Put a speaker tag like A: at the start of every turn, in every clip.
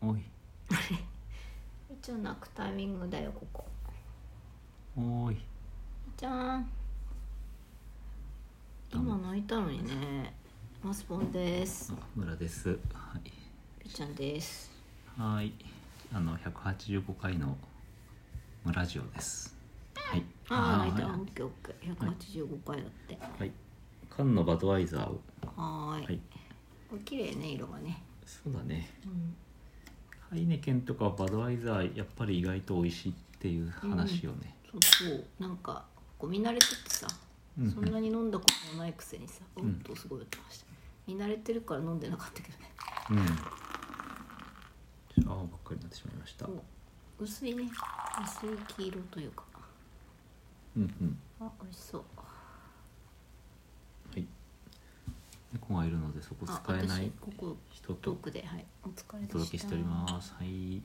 A: おい
B: 一応泣くタイミングだよここ
A: おい
B: じゃーん今泣いたのにねマスボンです
A: あ村ですはい
B: ピーちゃんです
A: はーいあの185回の村ジオですはい
B: ああ泣いた
A: は
B: オッケーオッケー185回だって
A: いはい缶のバドワイザーを
B: はーい
A: はい
B: これ綺麗ね色がね
A: そうだね
B: うん
A: ハイネケンとかバドワイザーやっぱり意外と美味しいっていう話をね、
B: そうそうなんかこう見慣れててさ
A: うんうん
B: そんなに飲んだこともないくせにさお
A: ん
B: っとすごい酔ってました見慣れてるから飲んでなかったけどね
A: うん青ばっかりになってしまいましたう
B: こう薄いね薄い黄色というか
A: んうん
B: あ美味しそう
A: はい猫がいるのでそこ使
B: あ
A: えない
B: 私ここ
A: 人
B: トー
A: と
B: クではいお疲
A: お
B: れでした
A: 届けしておりますはいうん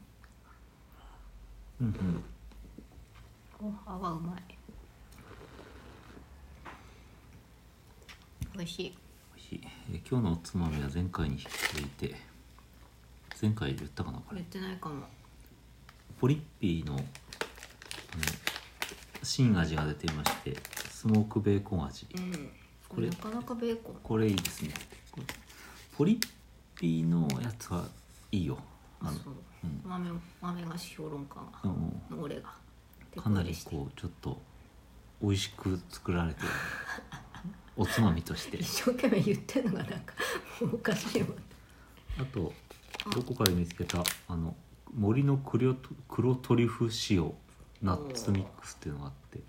A: うん
B: お泡うまい美味しい
A: 美味しいえー今日のおつまみは前回に引き続いて前回言ったかなこ
B: 言
A: れ
B: ってないかも
A: ポリッピーの、うん、新味が出ていましてスモークベーコン味
B: うん
A: これ
B: なかなかベーコン
A: これいいですねこれポリッピーのやつはいいよあ
B: あ
A: の
B: そう
A: うん
B: 豆豆菓子評論家が
A: うん
B: の俺が手
A: かな
B: こ
A: り
B: 入れして
A: こうちょっと美味しく作ら れてるおつまみとして
B: 一生懸命言ってるのがなんかもうおかしいわ
A: あと
B: あ
A: どこかで見つけたあの森の黒と黒トリュフ塩ナッツミックスっていうのがあって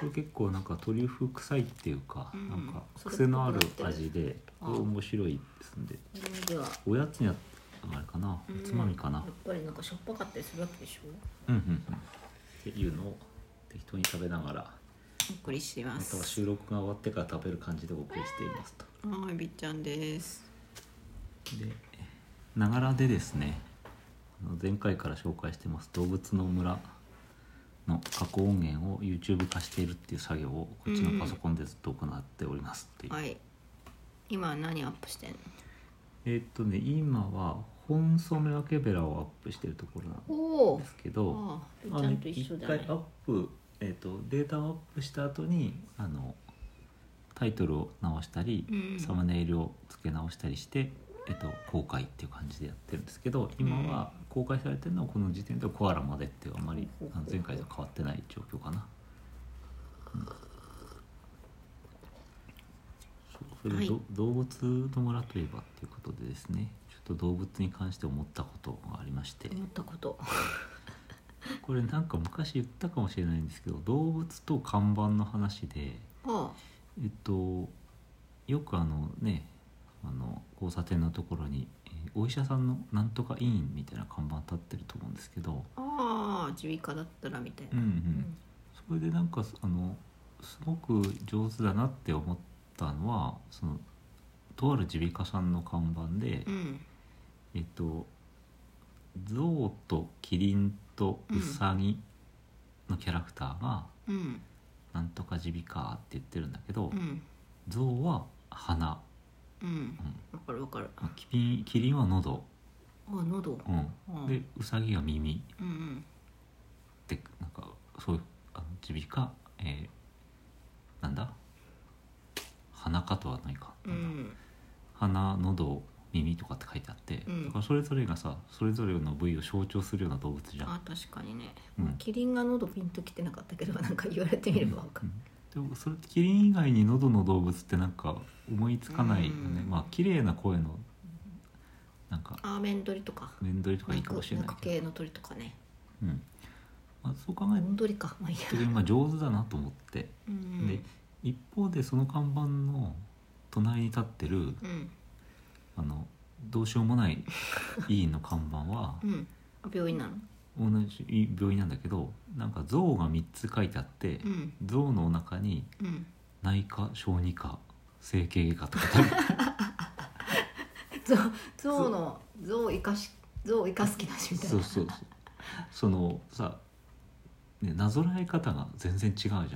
A: これ結構なんかトリュフ臭いっていうか、
B: うん
A: なんか
B: それ
A: 癖のある
B: っぽくなってる
A: 味でこれ面白いですんで
B: それでは
A: おやつにはあれかなおつまみかな
B: やっぱりなんかしょっぱかったりするわけでしょ
A: うんうんうんっていうのを適当に食べながら
B: お送りしていま
A: または収録が終わってから食べる感じでお送りしていますと。
B: はいびっちゃんです
A: でながらでですねあの前回から紹介してます「動物の村」の加工音源を YouTube 化しているっていう作業をこっちのパソコンでずっと行っておりますっていう、
B: はい今何アップしてんの
A: えーっとね今は本ソメワケベラをアップしてるところなん
B: おお
A: ですけど
B: あ
A: あ
B: あびっ
A: の
B: ちゃんと一緒だ
A: 一
B: ね
A: 回アップ、えーっとデータをアップした後にあのタイトルを直したり、
B: うん
A: サムネイルを付け直したりして、えっと、公開っていう感じでやってるんですけど今は公開されてるのはこの時点ではコアラまでっていうあまり
B: ほうほう
A: あの前回と変わってない状況かな。うん、そうそれでど、
B: はい
A: 動物の村といえばっていうことでですねちょっと動物に関して思ったことがありまして
B: 思ったこと
A: これなんか昔言ったかもしれないんですけど動物と看板の話で。
B: あ
A: えっとよくあのねあの交差点のところに、えーお医者さんのなんとか医院みたいな看板立ってると思うんですけど、
B: あああ耳鼻科だったらみたい
A: うんう
B: な、
A: ん、それでなんかあのすごく上手だなって思ったのはそのとある耳鼻科さんの看板で、
B: うん
A: えっと象とキリンとウサギのキャラクターが
B: うんうん
A: 「なんとか耳鼻科」って言ってるんだけど、
B: うん
A: 象は鼻、
B: うん
A: うん、
B: わかるわかる
A: まあキリンキリンは喉、
B: あ喉
A: うん、
B: うん
A: でウサギが耳
B: うんうん
A: ってなんかそういうあの耳鼻科えーなんだ鼻かとは何か、
B: うん
A: 鼻喉耳とかって書いてあって、
B: うん
A: だからそれぞれがさそれぞれの部位を象徴するような動物じゃん。
B: あ確かにね、
A: うん
B: キリンが喉ピンときてなかったけどなんか言われてみればわかる、
A: うんでもそれキリン以外に喉の動物ってなんか思いつかないよね、
B: うん
A: まあ綺麗な声のなんか
B: アーメン鳥とか
A: 面取りとかいいか
B: 肉
A: もしれない
B: 肉
A: けど、
B: 系の鳥とかね
A: うんまあ、そう考える
B: 本鳥かまあいいや
A: と今上手だなと思って。
B: うん
A: で一方でその看板の隣に立ってる
B: うん
A: あのどうしようも ない医院の看板は
B: うんあ病院なの
A: 同じ病院なんだけどなんか像が3つ書いてあって
B: うん
A: 像のお腹に
B: うん
A: 内科小児科整形外科とか
B: 象象の象を生かし象を生かす気な しみたいな
A: そうそうそうそのさ、ね、なぞらえ方が全然違うじゃん。
B: うん、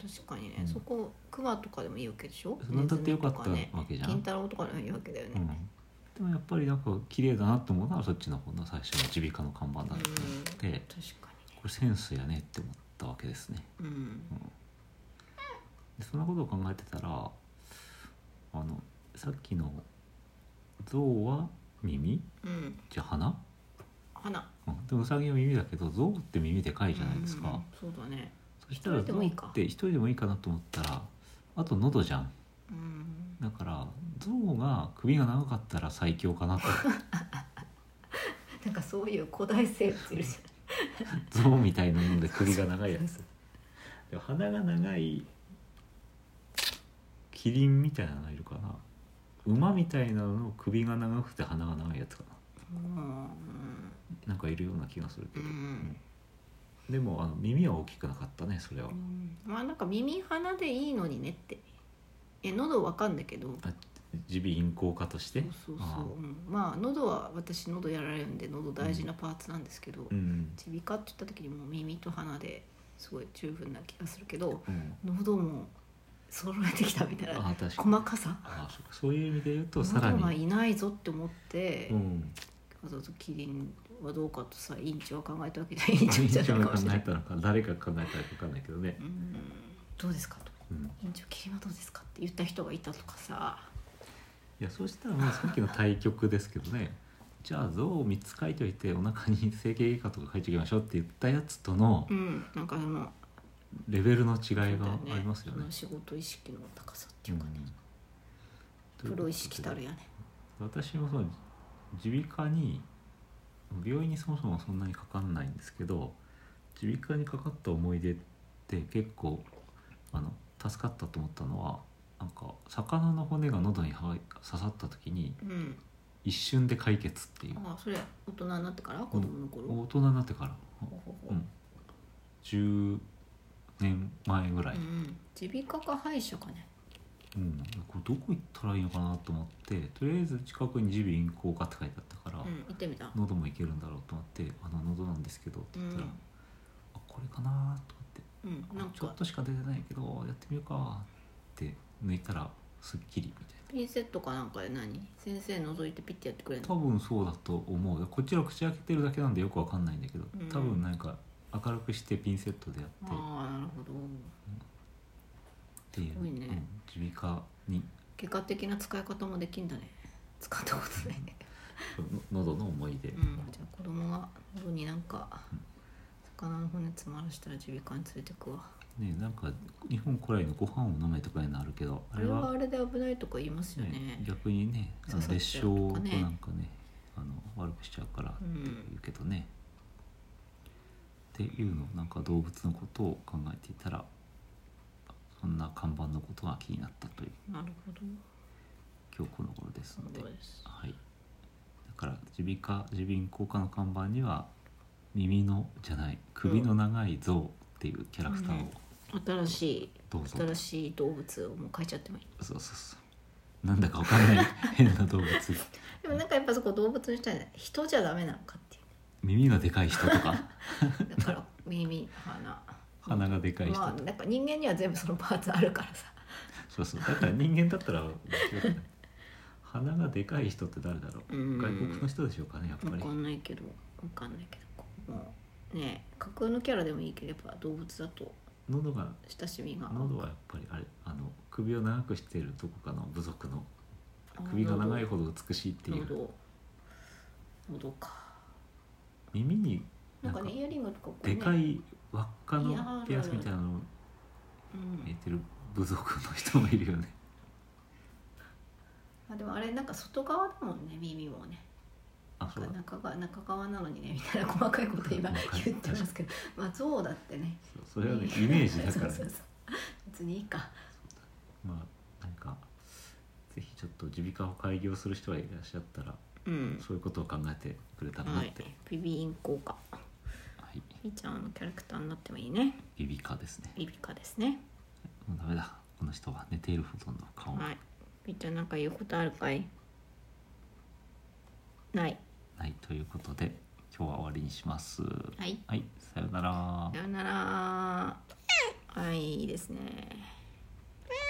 B: 確かにね、
A: うん
B: そこ熊とかでもいいわけでしょ
A: そんなんだってよかった
B: ネズミとかね
A: わけじゃん
B: 金太郎とかでもいいわけだよね、
A: うん、でもやっぱりなんか綺麗だなと思うのはそっちの方の最初の耳鼻科の看板だと思って、こ
B: 確か
A: れセンスやねって思ったわけですね。
B: にねうん
A: でそんなことを考えてたらあのさっきの象は耳
B: うん
A: じゃあ鼻、
B: 花
A: うん、でもウサギは耳だけど象って耳でかいじゃないですか、
B: うんそうだね
A: そしたら
B: 一人で
A: 象
B: もいいか
A: って一人でもいいかなと思ったらあと喉じゃん
B: うん
A: だから象が首が長かったら最強か なと
B: なんかそういう古代生物いるじ
A: 象みたいなもんで首が長いやつでも鼻が長いキリンみたいなのがいるかな馬みたいなのの首が長くて鼻が長いやつかな
B: ゃんうん
A: なんかいるような気がするけど、
B: うん
A: うんでもあの耳は大きくなかったねそれは、
B: うんまあなんか耳鼻でいいのにねってえ喉わかんだけど
A: あ耳鼻咽喉科として
B: そうそう
A: あ
B: そ
A: あ
B: う、うんまあ喉は私喉やられるんで喉大事なパーツなんですけど
A: うん、
B: 耳鼻科って言った時にもう耳と鼻ですごい十分な気がするけど
A: うん、
B: 喉も揃えてきたみたいな
A: あ確かに
B: 細かさ
A: あそうかそういう意味で言うとさら
B: 喉が
A: に、
B: いないぞって思って、
A: うん、
B: わざわざキリンはどうかとさ委員長は考えたわけじゃ委員長じ
A: 一
B: ゃ
A: 応
B: ない
A: が
B: かも
A: 考
B: しれな
A: え
B: い。
A: たのか誰が考えたのか分かんないけどね
B: う、んどうですかと
A: うん、
B: 委員長キリンはどうですかって言った人がいたとかさ
A: いやそうしたら まあさっきの対局ですけどねじゃあ像を3つ書いといてお腹に整形外科とか書いておきましょうって言ったやつとの
B: うんなんかあの
A: レベルの違い
B: そうだよ
A: があ
B: ね
A: りますよ
B: そ
A: ね
B: の。仕事意識の高さって
A: う
B: い
A: ん
B: うかね、プロ意識たるやね
A: 私もその耳鼻科に病院にそもそもそんなにかかんないんですけど耳鼻科にかかった思い出って結構あの助かったと思ったのはなんか魚の骨が喉には刺さった時に
B: うん
A: 一瞬で解決っていう
B: ああそれ大人になってから子供の頃、
A: 大人になってから、
B: ほほほ
A: うん、10年前ぐらい、
B: うん耳鼻科か歯医者かね
A: うん、これどこ行ったらいいのかなと思ってとりあえず近くに耳鼻咽喉科って書いてあったから。
B: うん行ってみた
A: 喉もいけるんだろうと思って「あの喉なんですけど」って言ったら「
B: うん
A: あこれかな」とかって
B: う
A: 「
B: んなん
A: ちょっ
B: か
A: としか出てないけどやってみようか」って抜いたらすっきりみたい
B: ピンセットかなんかで何先生覗いてピッてやってくれる
A: な多
B: の
A: 分そうだと思うこっちは口開けてるだけなんでよくわかんないんだけど
B: うん
A: 多分なんか明るくしてピンセットでやってっ
B: ああなるほど
A: てい
B: す
A: う
B: ごいね
A: うん耳鼻科に
B: 結果的な使い方もできんだね使ったことないね
A: の喉の思い出、
B: うんじゃあ子供が喉になんか魚の骨詰まらしたら耳鼻科に連れてくわ
A: ねなんか日本古来のご飯を飲めとかいうのあるけどあ
B: あ
A: れ
B: れは
A: は
B: あれで危ないとか言いますよ
A: ね
B: ね、
A: 逆にねあの
B: 刺さっ
A: 裂
B: ち
A: 傷
B: ゃう
A: と
B: と
A: な
B: か
A: ん
B: ね
A: かねあの悪くしちゃうからっていうけどね、っていうのをなんか動物のことを考えていたらそんな看板のことが気になったという
B: なるほど
A: 今日この頃ですので
B: そうです
A: はい、だから耳鼻科耳鼻咽喉科の看板には耳のじゃない首の長い象っていうキャラクターを、
B: うん新しい
A: どうぞ
B: 新しい動物をもう変えちゃってもいい
A: そうそうそうなんだかわかんない変な動物
B: でもなんかやっぱそこ動物にしたいね人じゃダメなのかってい
A: 耳がでかい人と か。
B: う だから耳鼻
A: 鼻がでかい人と、
B: まあなんか人間には全部そのパーツあるからさ
A: そうそうだから人間だったら面白くない鼻がでかい人って誰だろう
B: うん
A: 外国の人でしょうかねやっぱ
B: わ
A: り
B: かんないけどわかんないけどこうもうね架空のキャラでもいいけどやっぱ動物だと
A: 喉が
B: 親しみが
A: 喉はやっぱりあれあの首を長くしているどこかの部族の首が長いほど美しいっていう
B: 喉喉か
A: 耳にな
B: な
A: んん
B: か
A: か
B: ねイヤリングとかこうね
A: でかい輪っか
B: いや
A: の
B: ー
A: ピアスみたいなのを
B: うん
A: 入れてる部族の人もいるよね
B: あでもあれなんか外側だもんね耳もね
A: あそうだ
B: 中が中側なのにねみ たいな細かいこと今
A: 細かい
B: 言ってますけどまあ象だってね
A: そうそれはねイメージだから
B: そうそう
A: ね
B: そう別にいいか
A: まあなんかぜひちょっと耳鼻科を開業する人がいらっしゃったら
B: うん
A: そういうことを考えてくれたらな
B: は
A: っ
B: い
A: て、
B: ビビイン効果
A: はい、
B: みーちゃんのキャラクターになってもいいね
A: ビビカですね。
B: ビビカですね
A: もうダメだ。この人は寝ているほとんど顔。
B: はいみーちゃんなんか言うことあるかいない
A: ないということで、今日は終わりにします。
B: はい
A: はい、さようなら
B: さ。よならはいいいですね